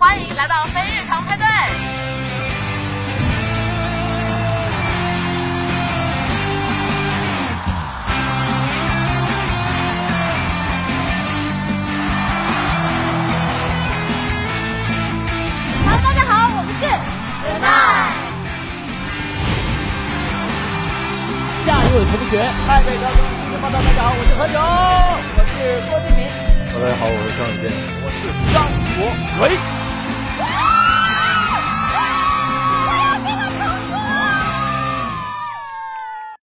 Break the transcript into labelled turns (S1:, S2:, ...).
S1: 来到飞日常派对。
S2: Hello，大家好，我们是 Goodbye。
S3: 下一位同学，
S4: 台北高中新闻报道，大家好，我是何炅，我是郭敬明，
S5: 大家好，我是张宇健。
S4: 我是张国伟。
S2: 大家好，我是张宇。